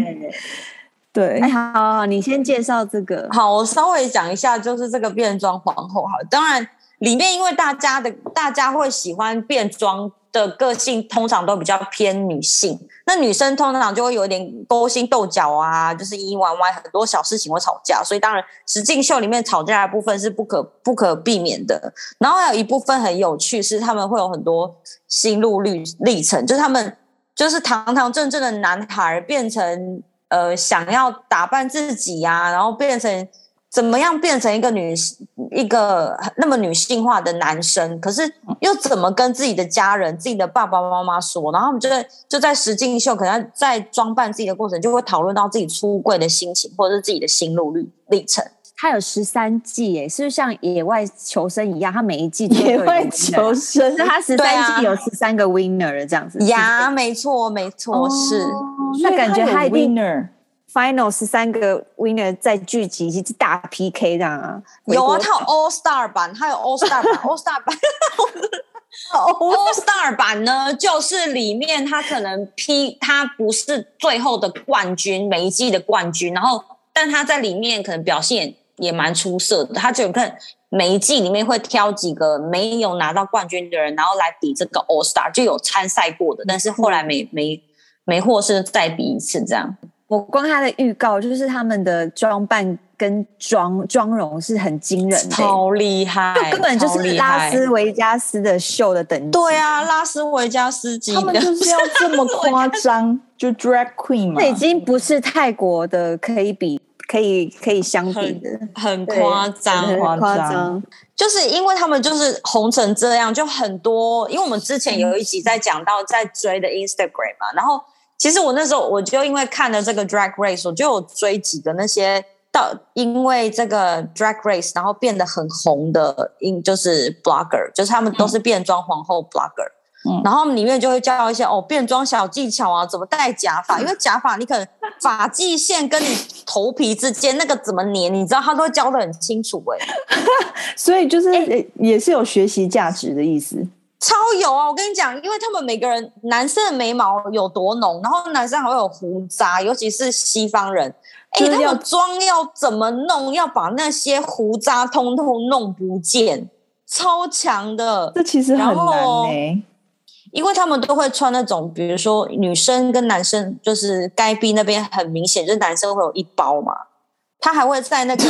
Speaker 2: 对
Speaker 1: 哎，，好好好，你先介绍这个。
Speaker 3: 好，我稍微讲一下，就是这个变装皇后好了，当然里面因为大家的大家会喜欢变装的个性，通常都比较偏女性。那女生通常就会有点勾心斗角啊，就是一玩歪，很多小事情会吵架，所以当然实境秀里面吵架的部分是不可 *laughs* 不可避免的。然后还有一部分很有趣，是他们会有很多心路历历程，就是他们就是堂堂正正的男孩变成呃想要打扮自己呀、然后变成怎么样变成一个女一个那么女性化的男生，可是又怎么跟自己的家人、自己的爸爸妈妈说？然后我们就在就在实境秀，可能在装扮自己的过程，就会讨论到自己出柜的心情，或者是自己的心路历历程。
Speaker 1: 它有十三季耶，是不是像野外求生一样？它每一季都会
Speaker 2: 野
Speaker 1: 有
Speaker 2: 外
Speaker 1: winner
Speaker 2: 求生哦
Speaker 1: 就是它十
Speaker 3: 对啊
Speaker 1: 三季有十三个 winner 的这样子。
Speaker 3: 呀，没错，没错，是。
Speaker 1: 那感觉他
Speaker 2: 他
Speaker 1: 一定
Speaker 2: winner。
Speaker 1: final 十三个 winner 在聚集是大 PK 这样啊？
Speaker 3: 有啊，
Speaker 1: 回
Speaker 3: 它有 All Star 版，它有 All *laughs* Star 版，All Star 版，All Star 版呢，就是里面它可能 P 它不是最后的冠军，每一季的冠军，然后但它在里面可能表现也蛮出色的，它就看每一季里面会挑几个没有拿到冠军的人，然后来比这个 All Star，就有参赛过的，但是后来没没没获胜，再比一次这样。
Speaker 1: 我光它的预告就是他们的装扮跟妆妆容是很惊人的耶，
Speaker 3: 超厉害，
Speaker 1: 就根本就
Speaker 3: 超
Speaker 1: 是
Speaker 3: 厉
Speaker 1: 拉
Speaker 3: 害
Speaker 1: 斯维加斯的秀的等级。
Speaker 3: 对啊，拉斯维加斯级
Speaker 2: 嗯他们
Speaker 3: 的
Speaker 2: 就是要这么夸张，就 drag queen 嘛
Speaker 1: 这。已经不是泰国的可以比、可以可以相比的，
Speaker 3: 很
Speaker 1: 对
Speaker 3: 夸张
Speaker 1: 很，
Speaker 2: 夸张
Speaker 1: 夸张。
Speaker 3: 就是因为他们就是红成这样，就很多。因为我们之前有一集在讲到在追的 Instagram 嘛，然后其实我那时候我就因为看了这个 Drag Race，我就有追几个那些到因为这个 Drag Race 然后变得很红的，因就是 blogger，就是他们都是变装皇后 blogger。
Speaker 2: 嗯
Speaker 3: 然后我们里面就会教到一些哦变装小技巧啊，怎么戴假发，因为假发你可能发际线跟你头皮之间那个怎么粘，你知道他都会教的很清楚哎、
Speaker 2: 所以就是呃也是有学习价值的意思。
Speaker 3: 超有啊！我跟你讲，因为他们每个人男生的眉毛有多浓，然后男生还会有胡渣，尤其是西方人，哎、
Speaker 2: 就是
Speaker 3: 他
Speaker 2: 要
Speaker 3: 们妆要怎么弄，要把那些胡渣通通弄不见，超强的。
Speaker 2: 这其实很难
Speaker 3: 然后
Speaker 2: 呢、
Speaker 3: 因为他们都会穿那种，比如说女生跟男生，就是该逼那边很明显，就是男生会有一包嘛，他还会在那个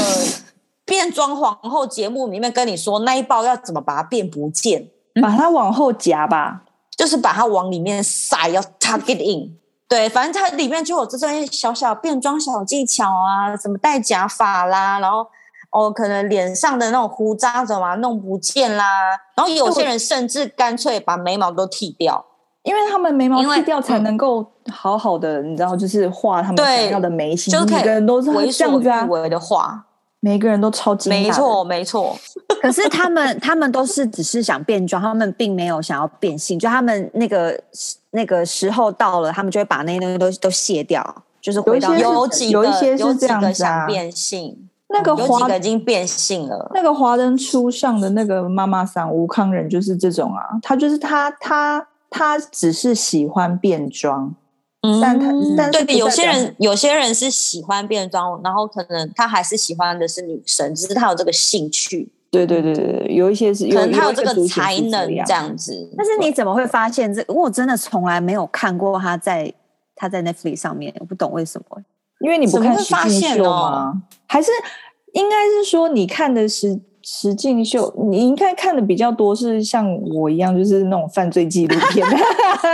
Speaker 3: 变装皇后节目里面跟你说那一包要怎么把它变不见。
Speaker 2: 把它往后夹吧。
Speaker 3: 就是把它往里面塞，要 target in。对，反正它里面就有这些小小变装小技巧啊，怎么戴假发啦，然后哦，可能脸上的那种胡渣怎么弄不见啦，然后有些人甚至干脆把眉毛都剃掉。
Speaker 2: 因为他们眉毛
Speaker 3: 因为嗯
Speaker 2: 剃掉才能够好好的，你知道，就是画他们
Speaker 3: 对
Speaker 2: 想要的眉形
Speaker 3: 就是。可以
Speaker 2: 每个人都是
Speaker 3: 为
Speaker 2: 这
Speaker 3: 所
Speaker 2: 样子啊
Speaker 3: 欲，为的话，
Speaker 2: 每个人都超惊讶。
Speaker 3: 没，错，没错，
Speaker 1: 可是他们他们都是只是想变装，他们并没有想要变性，就他们那个那个时候到了，他们就会把那些东西都都卸掉，就是回到
Speaker 2: 有一些
Speaker 1: 那个
Speaker 3: 有
Speaker 1: 程
Speaker 3: 几
Speaker 2: 有
Speaker 3: 个
Speaker 2: 一些是
Speaker 3: 有几
Speaker 2: 这样
Speaker 3: 个
Speaker 2: 子啊
Speaker 3: 想变性，
Speaker 2: 那个
Speaker 3: 有几
Speaker 2: 华
Speaker 3: 个已经变性了。
Speaker 2: 那个华灯初上的那个妈妈桑吴康人就是这种啊，他就是他他他只是喜欢变装，
Speaker 3: 嗯
Speaker 2: 但他但是
Speaker 3: 对，
Speaker 2: 不
Speaker 3: 有
Speaker 2: 代
Speaker 3: 些
Speaker 2: 表
Speaker 3: 人有些人是喜欢变装，然后可能他还是喜欢的是女生，只是他有这个兴趣，
Speaker 2: 对对对对，对有一些是
Speaker 3: 可
Speaker 2: 有
Speaker 3: 能他
Speaker 2: 有
Speaker 3: 有
Speaker 2: 一
Speaker 3: 这个
Speaker 2: 族群
Speaker 3: 才
Speaker 2: 是
Speaker 3: 能
Speaker 2: 这样
Speaker 3: 这样子。
Speaker 1: 但是你怎么会发现这？因为我真的从来没有看过他在他在 Netflix 上面，我不懂为什么。
Speaker 2: 因为你不
Speaker 3: 怎么
Speaker 2: 看
Speaker 3: 会
Speaker 2: 实
Speaker 3: 发
Speaker 2: 境
Speaker 3: 现
Speaker 2: 秀
Speaker 3: 哦
Speaker 2: 吗？还是应该是说你看的实实境秀，你应该看的比较多是像我一样，就是那种犯罪纪
Speaker 3: *laughs*
Speaker 2: 录片。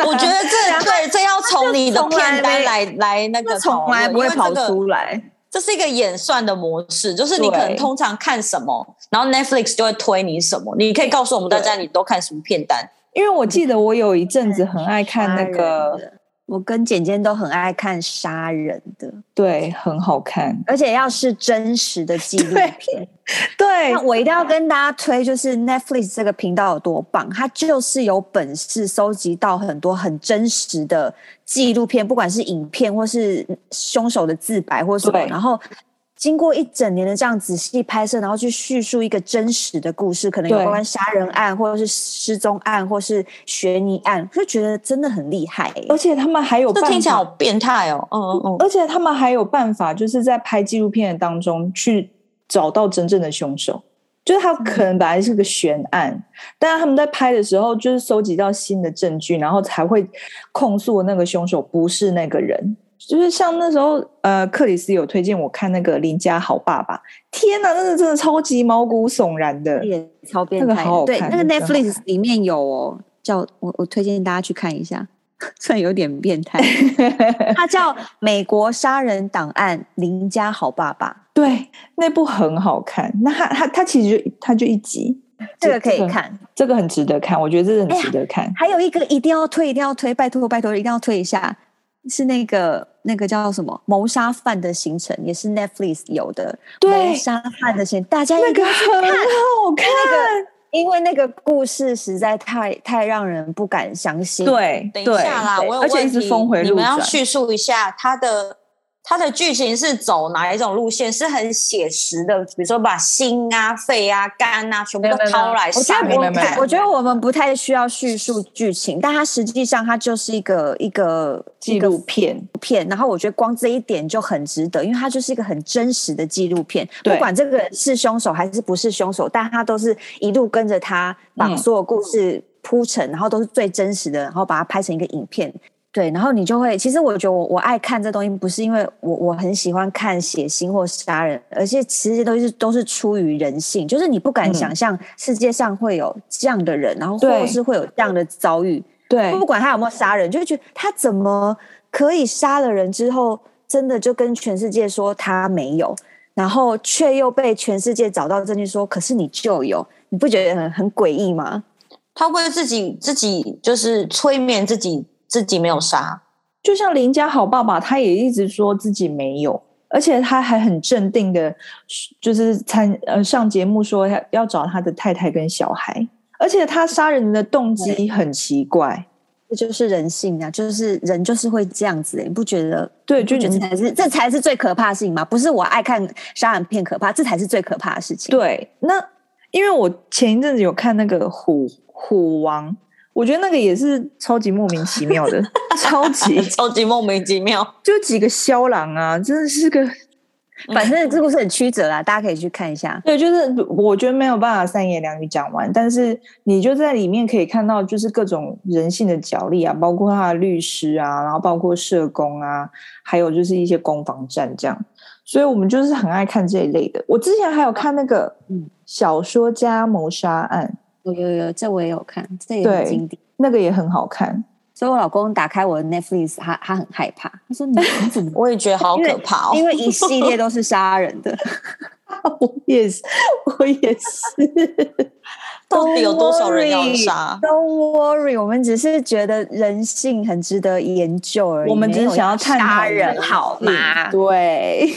Speaker 3: 我觉得
Speaker 2: *laughs*
Speaker 3: 这对这要从你的
Speaker 1: 从
Speaker 3: 片
Speaker 1: 来
Speaker 3: 单
Speaker 1: 没
Speaker 3: 来来那个讨论因为这个
Speaker 1: 来，
Speaker 3: 这是一个演算的模式，就是你可能
Speaker 2: 对
Speaker 3: 通常看什么，然后 Netflix 就会推你什么。你可以告诉我们大家你都看什么片单。
Speaker 2: 因为我记得我有一阵子很爱看那
Speaker 1: 杀人
Speaker 2: 个
Speaker 1: 的我跟简简都很爱看杀人的，
Speaker 2: 对，很好看。
Speaker 1: 而且要是真实的纪录片。
Speaker 2: 对
Speaker 1: 那，我一定要跟大家推，就是 Netflix 这个频道有多棒，它就是有本事收集到很多很真实的纪录片，不管是影片或是凶手的自白或什么，
Speaker 2: 对
Speaker 1: 然后经过一整年的这样仔细拍摄，然后去叙述一个真实的故事，可能有
Speaker 2: 对
Speaker 1: 关杀人案，或者是失踪案，或是悬疑案，就觉得真的很厉害、欸
Speaker 2: 而且他们还有
Speaker 3: 这
Speaker 2: 办
Speaker 3: 听起来
Speaker 2: 法
Speaker 3: 好变态哦。嗯嗯嗯，
Speaker 2: 而且他们还有办法，就是在拍纪录片的当中去找到真正的凶手。就是他
Speaker 1: 嗯
Speaker 2: 可能本来是个悬案，但是他们在拍的时候，就是搜集到新的证据，然后才会控诉那个凶手不是那个人。就是像那时候，呃，克里斯有推荐我看那个《邻家好爸爸》，天哪，那个真的超级毛骨悚然的。
Speaker 1: 也超变
Speaker 2: 那个
Speaker 1: 态的。
Speaker 2: 好好
Speaker 1: 对，
Speaker 2: 看
Speaker 1: 那个
Speaker 2: 那个真的好
Speaker 1: Netflix 里面有哦，叫我我推荐大家去看一下， *laughs* 虽然有点变
Speaker 2: *laughs*
Speaker 1: 态，它叫《美国杀人档案：邻家好爸爸
Speaker 2: 对，那部很好看。那他他他其实就他就一集》，，
Speaker 1: 这个可以，看。
Speaker 2: 这个很值得看，我觉得这个
Speaker 1: 哎
Speaker 2: 很
Speaker 1: 呀
Speaker 2: 值得看。
Speaker 1: 还有一个一定要推，一定要推，拜托拜托，一定要推一下。是那个那个叫什么《谋杀犯的行程》，也是 Netflix 有的《
Speaker 2: 对
Speaker 1: 谋杀犯的行程》，大家
Speaker 2: 那
Speaker 1: 一定
Speaker 2: 个
Speaker 1: 要去
Speaker 2: 很
Speaker 1: 看
Speaker 2: 好看，
Speaker 1: 因为那个故事实在太太让人不敢相信。
Speaker 2: 对
Speaker 3: 等一
Speaker 2: 对
Speaker 3: 下啦，
Speaker 2: 对
Speaker 3: 我有
Speaker 2: 而且一
Speaker 3: 问
Speaker 2: 直
Speaker 3: 题
Speaker 2: 峰回
Speaker 3: 你
Speaker 2: 路
Speaker 3: 们要
Speaker 2: 转，
Speaker 3: 叙述一下它的它的剧情是走哪一种路线？是很写实的，比如说把心啊、肺啊、肝啊全部
Speaker 1: 没有
Speaker 3: 都
Speaker 1: 没有没有
Speaker 3: 掏来
Speaker 1: 我觉
Speaker 3: 下
Speaker 1: 得
Speaker 3: 面
Speaker 1: 我
Speaker 2: 没有没有
Speaker 3: 看
Speaker 1: 我。觉得我们不太需要叙述剧情，但它实际上它就是一个一个
Speaker 2: 纪录片，
Speaker 1: 片，然后我觉得光这一点就很值得，因为它就是一个很真实的纪录片，不
Speaker 2: 对
Speaker 1: 管这个人是凶手还是不是凶手，但它都是一路跟着他把
Speaker 2: 嗯
Speaker 1: 所有故事铺陈，然后都是最真实的，然后把它拍成一个影片。对，然后你就会，其实我觉得我我爱看这东西，不是因为我我很喜欢看血腥或杀人，而且其实都是都是出于人性，就是你不敢
Speaker 2: 嗯
Speaker 1: 想象世界上会有这样的人，然后
Speaker 2: 对
Speaker 1: 或是会有这样的遭遇，
Speaker 2: *laughs* 对
Speaker 1: 不管他有没有杀人，就会觉得他怎么可以杀了人之后，真的就跟全世界说他没有，然后却又被全世界找到证据说，可是你就有，你不觉得很很诡异吗？
Speaker 3: 他会不会自己自己就是催眠自己自己没有杀？
Speaker 2: 就像邻家好爸爸，他也一直说自己没有，而且他还很镇定的，就是参呃上节目说要要找他的太太跟小孩，而且他杀人的动机很奇怪，
Speaker 1: 这就是人性啊，就是人就是会这样子、欸，你不觉得？
Speaker 2: 对，
Speaker 1: 你
Speaker 2: 就
Speaker 1: 不觉得这才
Speaker 2: 你
Speaker 1: 是这才是最可怕的事情吗？不是我爱看杀人片可怕，这才是最可怕的事情。
Speaker 2: 对，那因为我前一阵子有看那个虎虎王，我觉得那个也是超级莫名
Speaker 3: *laughs*
Speaker 2: 其妙的，超级
Speaker 3: 超级莫名其妙。
Speaker 2: 就几个肖郎啊，真的是个
Speaker 1: 反正这故事很曲折啦，大家可以去看一下。
Speaker 2: *laughs* 对，就是我觉得没有办法三言两语讲完，但是你就在里面可以看到，就是各种人性的角力啊，包括他的律师啊，然后包括社工啊，还有就是一些攻防战这样。所以我们就是很爱看这一类的。我之前还有看那个
Speaker 1: 嗯
Speaker 2: 小说家谋杀案，
Speaker 1: 有有有，这我也有看，这也
Speaker 2: 对
Speaker 1: 很经典。
Speaker 2: 那个也很好看。
Speaker 1: 所以我老公打开我的 Netflix，他他很害怕，他说你你 *laughs* 怎么？
Speaker 3: 我也觉得好可怕哦
Speaker 1: 因！为一系列都是杀人的，
Speaker 2: *laughs* 我也是，我也
Speaker 1: *laughs*
Speaker 2: 是。
Speaker 3: 到底有多少人要杀？
Speaker 1: ？Don't worry，我们只是觉得人性很值得研究而已。
Speaker 2: 我们只是
Speaker 1: 没有
Speaker 2: 想要探讨
Speaker 1: 杀人
Speaker 2: 人
Speaker 1: 好吗？
Speaker 2: 对，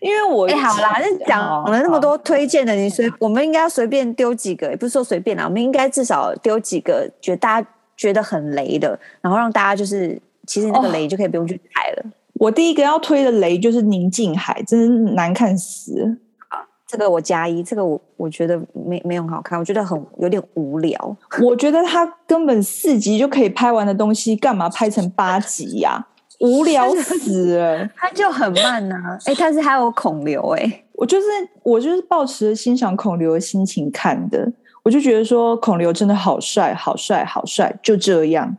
Speaker 2: 因为我
Speaker 1: 哎、好啦，那讲了那么多推荐的，你随我们应该要随便丢几个，也不是说随便啊啦，我们应该至少丢几个，觉得大家觉得很雷的，然后让大家就是其实那个
Speaker 2: 哦
Speaker 1: 雷就可以不用去踩了。
Speaker 2: 我第一个要推的雷就是宁静海，真是难看死了。
Speaker 1: 这个我加一，这个我我觉得没没有很好看，我觉得很有点无聊。
Speaker 2: 我觉得他根本四集就可以拍完的东西，干嘛拍成八集呀、无聊死了！
Speaker 1: 它就很慢呐、哎、但是还有孔刘哎、
Speaker 2: 我就是我就是抱持欣赏孔刘的心情看的，我就觉得说孔刘真的好帅，好帅，好帅，就这样。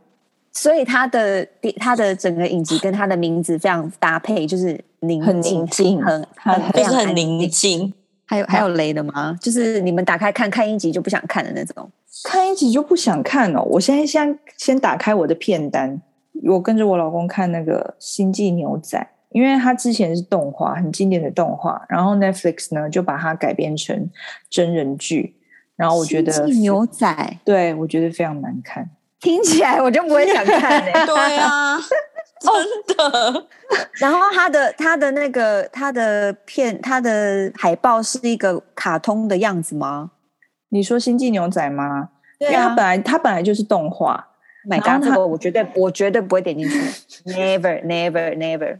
Speaker 1: 所以他的他的整个影集跟他的名字非常搭配，就是宁
Speaker 2: 很
Speaker 1: 静
Speaker 2: 宁静
Speaker 1: 很
Speaker 2: 它
Speaker 1: 很
Speaker 2: 很
Speaker 1: 非
Speaker 3: 就是
Speaker 1: 常
Speaker 3: 很
Speaker 1: 安
Speaker 3: 宁
Speaker 1: 静。
Speaker 2: *laughs*
Speaker 3: 静。
Speaker 1: 还有还有雷的吗？就是你们打开看看一集就不想看的那种。
Speaker 2: 看一集就不想看了、我现在先先打开我的片单，我跟着我老公看那个《星际牛仔》，因为它之前是动画，很经典的动画，然后 Netflix 呢就把它改编成真人剧，然后我觉得
Speaker 1: 星际牛仔 *laughs*
Speaker 2: 对我觉得非常难看。
Speaker 1: *laughs* 听起来我就不会想看、欸。
Speaker 2: *laughs* 哦
Speaker 3: 对啊，真的，
Speaker 1: 然后他的他的那个他的片他的海报是一个卡通的样子吗？
Speaker 2: 你说《星际牛仔》吗？
Speaker 1: 对
Speaker 2: 因为它
Speaker 1: 啊
Speaker 2: 本来它本来就是动画，
Speaker 1: ，My
Speaker 2: 然后
Speaker 1: God，这
Speaker 2: 他
Speaker 1: 个我绝对我绝对不会点进去
Speaker 2: *laughs*
Speaker 1: ，Never Never Never。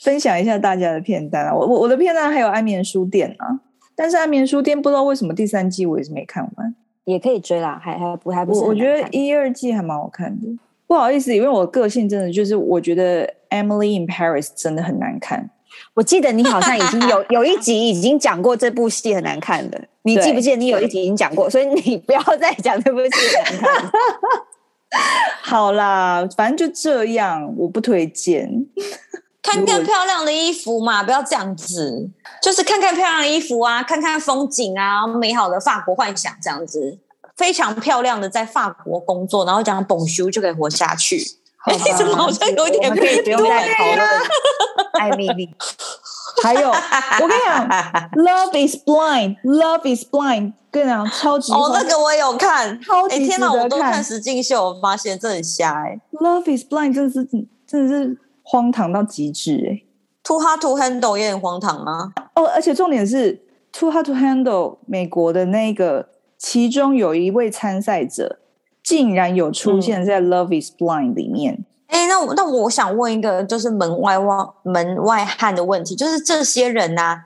Speaker 2: 分享一下大家的片单啊。我我我的片单还有《安眠书店》啊，但是《安眠书店》不知道为什么第三季我一直没看完。
Speaker 1: 也可以追啦，还还不还不是
Speaker 2: 我我
Speaker 1: 很
Speaker 2: 觉
Speaker 1: 难
Speaker 2: 得
Speaker 1: 看
Speaker 2: 一二季还蛮好看的。不好意思，因为我个性真的就是，我觉得《Emily in Paris》真的很难看。
Speaker 1: 我记得你好像已经有有一集已经讲过这部戏很难看的，你
Speaker 2: 对
Speaker 1: 记不记得你有一集已经讲过？所以你不要再讲这部戏很难看。 *laughs*
Speaker 2: 好啦，反正就这样，我不推荐。
Speaker 3: 看看漂亮的衣服嘛，不要这样子，就是看看漂亮的衣服啊，看看风景啊，美好的法国幻想这样子，非常漂亮的在法国工作，然后讲本修就可以活下去。
Speaker 2: *laughs*
Speaker 3: 哎，
Speaker 2: 吧
Speaker 3: 怎么好像有
Speaker 1: 我
Speaker 3: 点
Speaker 1: 们可以不用啊
Speaker 3: 偏
Speaker 1: 再
Speaker 3: 袒
Speaker 1: 讨论艾米丽。
Speaker 2: 还有，我跟你讲，
Speaker 3: *laughs*
Speaker 2: 《Love Is Blind》，《Love Is Blind》，跟你讲，超级
Speaker 3: 哦，
Speaker 2: 好
Speaker 3: 那个我有看，
Speaker 2: 超级
Speaker 3: 哎，
Speaker 2: 值
Speaker 3: 天哪，我
Speaker 2: 得
Speaker 3: 都
Speaker 2: 看
Speaker 3: 看。石敬秀，我发现这很瞎哎、
Speaker 2: Love is Blind 真的是真的是荒唐到极致哎、
Speaker 3: Too Hard to Handle 也很荒唐啊！
Speaker 2: 哦，而且重点是 Too Hard to Handle 美国的那个，其中有一位参赛者竟然有出现在 Love is Blind 里面。
Speaker 3: 哎，那我那我想问一个，就是门外望门外汉的问题，就是这些人呐、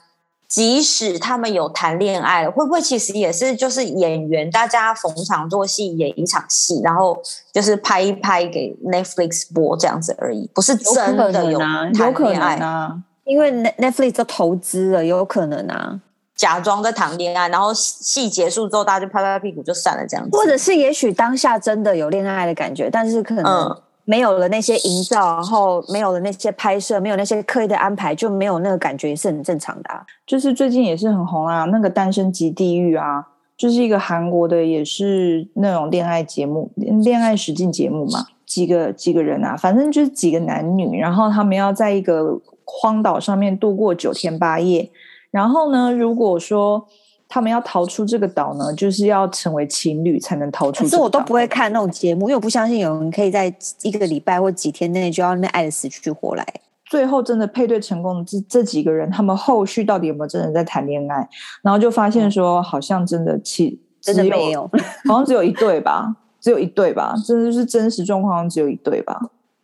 Speaker 3: 即使他们有谈恋爱了，会不会其实也是就是演员，大家逢场作戏演一场戏，然后就是拍一拍给 Netflix 播这样子而已，不是真的有
Speaker 1: 有可能啊
Speaker 2: 有
Speaker 3: 谈
Speaker 2: 可
Speaker 3: 恋
Speaker 2: 能
Speaker 3: 爱，
Speaker 2: 啊，
Speaker 1: 因为 Net- Netflix 都投资了，有可能啊，
Speaker 3: 假装在谈恋爱，然后戏戏结束之后，大家就拍拍屁股就散了这样子，
Speaker 1: 或者是也许当下真的有恋爱的感觉，但是可能
Speaker 3: 嗯
Speaker 1: 没有了那些营造，然后没有了那些拍摄，没有那些刻意的安排，就没有那个感觉，也是很正常的、啊。
Speaker 2: 就是最近也是很红啊，那个《单身即地狱》啊，就是一个韩国的，也是那种恋爱节目、恋爱实境节目嘛。几个几个人啊，反正就是几个男女，然后他们要在一个荒岛上面度过九天八夜。然后呢，如果说他们要逃出这个岛呢，就是要成为情侣才能逃
Speaker 1: 可
Speaker 2: 出这个
Speaker 1: 是
Speaker 2: 岛。
Speaker 1: 我都不会看那种节目，因为我不相信有人可以在一个礼拜或几天内就要那边爱的死去活来。
Speaker 2: 最后真的配对成功的这这几个人，他们后续到底有没有真的在谈恋爱？然后就发现说，好像真的其
Speaker 1: 嗯真的
Speaker 2: 只
Speaker 1: 没 *laughs* 有，
Speaker 2: *laughs* 好像只有一对吧，只有一对吧，真的是真实状况，好像只有一对吧。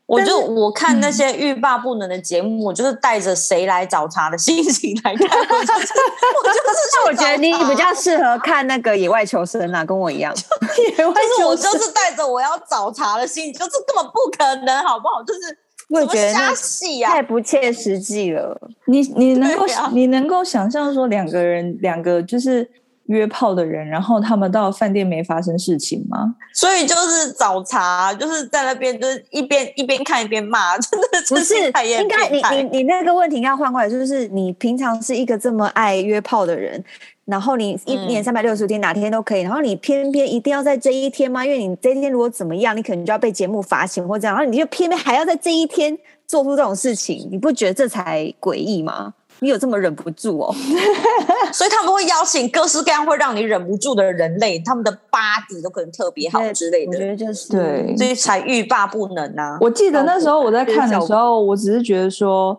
Speaker 3: 我
Speaker 2: 但
Speaker 3: 就我看那
Speaker 2: 嗯
Speaker 3: 些欲罢不能的节目，我就是带着谁来找茬的心情来看， *laughs* 我就是我就是去
Speaker 1: 我觉得
Speaker 3: 找
Speaker 1: 你
Speaker 3: 茬
Speaker 1: 比较适合看那个野外求生啦，跟我一 *laughs* 样。
Speaker 2: 野外
Speaker 3: 就是我
Speaker 2: 求生
Speaker 3: 就是带着我要找茬的心情，就是根本不可能，好不好？就是
Speaker 1: 我也
Speaker 3: 怎么
Speaker 1: 觉得
Speaker 3: 瞎
Speaker 1: 那
Speaker 3: 戏啊呀、
Speaker 1: 太不切实际了。
Speaker 2: 你你能够、
Speaker 3: 对啊
Speaker 2: 你能够想象说两个人两个就是约炮的人，然后他们到饭店没发生事情吗？
Speaker 3: 所以就是找茬，就是在那边就是一边一边看一边骂， *laughs* 真的
Speaker 1: 不是，
Speaker 3: 心态也很
Speaker 1: 应该你
Speaker 3: 变态
Speaker 1: 你你那个问题应该换过来，就是你平常是一个这么爱约炮的人，然后你一
Speaker 3: 嗯
Speaker 1: 年三百六十天哪天都可以，然后你偏偏一定要在这一天吗？因为你这一天如果怎么样，你可能就要被节目罚钱或这样，然后你就偏偏还要在这一天做出这种事情，你不觉得这才诡异吗？你有这么忍不住哦？
Speaker 3: 所以他们会邀请各式各样会让你忍不住的人类，他们的 body 都可能特别好
Speaker 1: 对
Speaker 3: 之类
Speaker 1: 我觉
Speaker 3: 的，
Speaker 1: 得就是
Speaker 2: 对
Speaker 3: 所以才欲罢不能啊。
Speaker 2: 我记得那时候我在
Speaker 1: 就是
Speaker 2: 看的
Speaker 1: 效
Speaker 2: 时候，我只是觉得说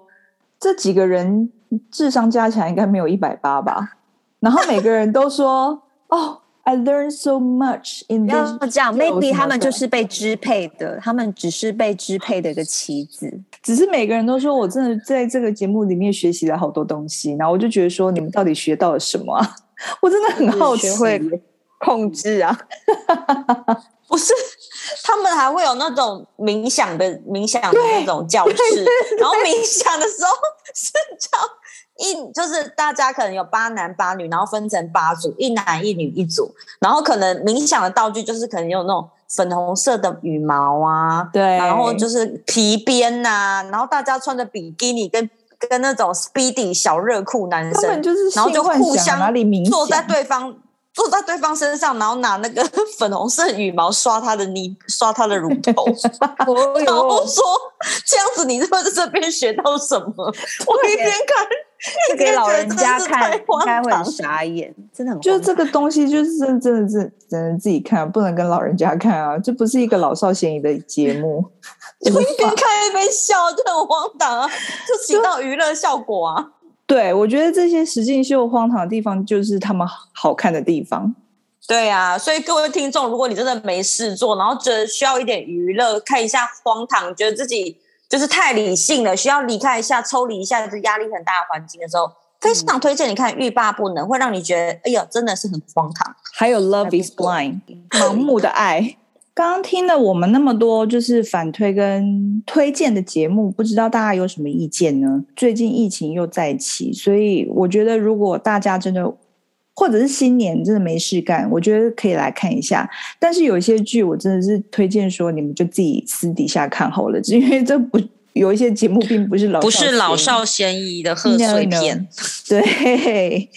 Speaker 2: 这几个人智商加起来应该没有一百八吧，然后每个人都说 *laughs* 哦。I learned so much in
Speaker 1: 不
Speaker 2: this
Speaker 1: 要这样
Speaker 2: 有什么
Speaker 1: ，maybe 他们
Speaker 2: 的
Speaker 1: 就是被支配的，他们只是被支配的一个棋子。
Speaker 2: 只是每个人都说我真的在这个节目里面学习了好多东西，然后我就觉得说你们到底学到了什么、啊？ *laughs* 我真的很好奇
Speaker 1: 学。会控制
Speaker 3: *laughs*
Speaker 1: 啊，
Speaker 3: 不是， *laughs* 他们还会有那种冥想的冥想的那种教室， *laughs* 然后冥想的时候是叫一，就是大家可能有八男八女，然后分成八组，一男一女一组，然后可能冥想的道具就是可能有那种粉红色的羽毛啊，
Speaker 2: 对，
Speaker 3: 然后就是皮鞭呐、然后大家穿着比基尼跟跟那种 speedy 小热裤男
Speaker 2: 根本
Speaker 3: 生
Speaker 2: 就是
Speaker 3: 然后就
Speaker 2: 性幻
Speaker 3: 互
Speaker 2: 想
Speaker 3: 相
Speaker 2: 哪里明
Speaker 3: 坐在
Speaker 2: 显，
Speaker 3: 对方坐在对方身上，然后拿那个 *laughs* 粉红色羽毛刷他的泥，刷他的乳
Speaker 1: *laughs*
Speaker 3: 头，
Speaker 1: 哦 *laughs*
Speaker 3: 然后说这样子你是不是在这边学到什么？我一边看
Speaker 1: 这 *laughs* 给老人家看，
Speaker 3: 一边觉得真是太荒
Speaker 1: 应该会
Speaker 3: 唐
Speaker 1: 很傻眼，真的很
Speaker 2: 就是
Speaker 1: 荒
Speaker 2: 这个东西就是真真
Speaker 3: *laughs*
Speaker 2: 的是只能自己看，不能跟老人家看啊，这不是一个老少咸宜的节目。
Speaker 3: 就一边看一边笑，就很荒唐啊，就起到娱乐效果啊。
Speaker 2: 对，我觉得这些实境秀荒唐的地方，就是他们好看的地方。
Speaker 3: 对啊，所以各位听众，如果你真的没事做，然后觉得需要一点娱乐，看一下荒唐，觉得自己就是太理性了，需要离开一下、抽离一下，就是压力很大的环境的时候，非常推荐你看《欲罢不能》，会让你觉得，哎呀，真的是很荒唐。
Speaker 2: 还有《Love Is Blind》，盲目的爱。刚刚听了我们那么多就是反推跟推荐的节目，不知道大家有什么意见呢？最近疫情又再起，所以我觉得如果大家真的或者是新年真的没事干，我觉得可以来看一下。但是有一些剧我真的是推荐说你们就自己私底下看好了，因为这不有一些节目并不是老
Speaker 3: 不是老少咸宜的贺岁片，
Speaker 2: *laughs* 对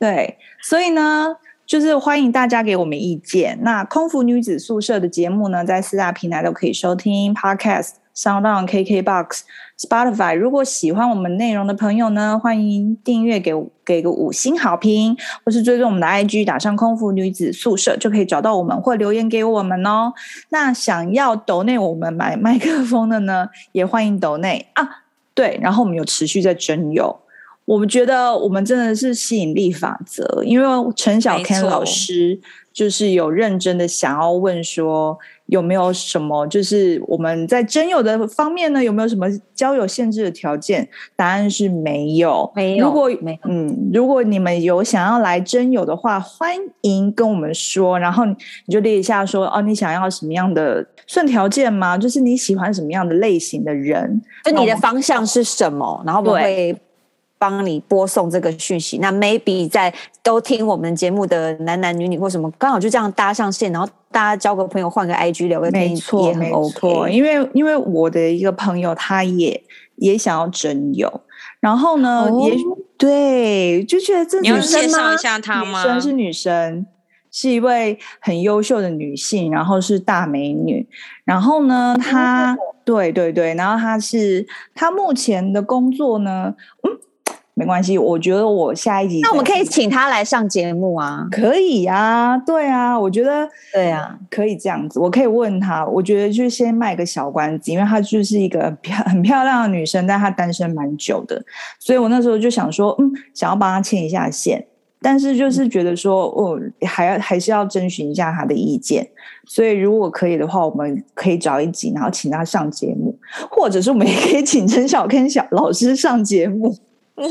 Speaker 2: 对，所以呢。就是欢迎大家给我们意见。那空服女子宿舍的节目呢，在四大平台都可以收听，Podcast、SoundOn、KKBox、Spotify。如果喜欢我们内容的朋友呢，欢迎订阅给给个五星好评，或是追踪我们的 IG，打上空服女子宿舍就可以找到我们，或留言给我们哦。那想要抖内我们买麦克风的呢，也欢迎抖内啊。对，然后我们有持续在征友。我们觉得我们真的是吸引力法则，因为陈小 Ken 老师就是有认真的想要问说有没有什么，就是我们在真友的方面呢，有没有什么交友限制的条件？答案是没有，
Speaker 1: 没有。
Speaker 2: 如果
Speaker 1: 没有
Speaker 2: 嗯，如果你们有想要来真友的话，欢迎跟我们说，然后你就列一下说哦，你想要什么样的算条件吗？就是你喜欢什么样的类型的人，
Speaker 1: 就你的
Speaker 2: 那我们
Speaker 1: 方向是什么，然后我们会帮你播送这个讯息。那 maybe 在都听我们节目的男男女女或什么，刚好就这样搭上线，然后大家交个朋友，换个 IG 聊个天，
Speaker 2: 没错，
Speaker 1: 也很
Speaker 2: 没错，
Speaker 1: OK。
Speaker 2: 因为因为我的一个朋友，他也也想要真友，然后呢，
Speaker 1: 哦
Speaker 2: 也许对，就觉得这
Speaker 3: 你要
Speaker 2: 女生
Speaker 3: 介
Speaker 2: 吗
Speaker 3: 绍一？下他
Speaker 2: 女
Speaker 3: 吗？
Speaker 2: 生是女生，是一位很优秀的女性，然后是大美女，然后呢，她、
Speaker 1: 哦
Speaker 2: 对对对，然后她是她目前的工作呢，嗯，没关系，我觉得我下一集
Speaker 1: 那我们
Speaker 2: 再
Speaker 1: 可以请他来上节目啊，
Speaker 2: 可以啊，对啊，我觉得
Speaker 1: 对啊，
Speaker 2: 可以这样子，我可以问她，我觉得就先卖个小关子，因为她就是一个很 *laughs* 漂很漂亮的女生，但她单身蛮久的，所以我那时候就想说，嗯，想要帮她牵一下线，但是就是觉得说，哦，还要还是要征询一下她的意见，所以如果可以的话，我们可以找一集，然后请她上节目，或者是我们也可以请陈小 *laughs* 跟小老师上节目。
Speaker 3: 哇，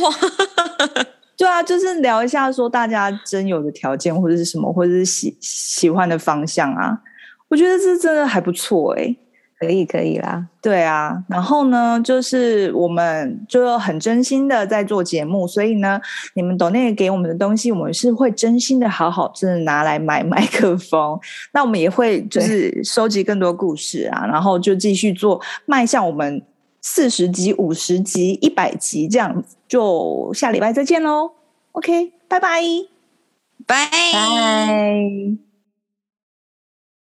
Speaker 2: 对啊，就是聊一下说大家真有的条件或者是什么，或者是喜喜欢的方向啊。我觉得这真的还不错欸诶、
Speaker 1: 可以可以啦。
Speaker 2: 对啊，然后呢，就是我们就很真心的在做节目，所以呢，你们抖内给我们的东西，我们是会真心的好好真的拿来买 *laughs* 麦克风。那我们也会就是收集更多故事啊，然后就继续做迈向我们四十集、五十集、一百集这样，就下礼拜再见喽。OK，拜拜。
Speaker 3: 拜。
Speaker 1: 拜。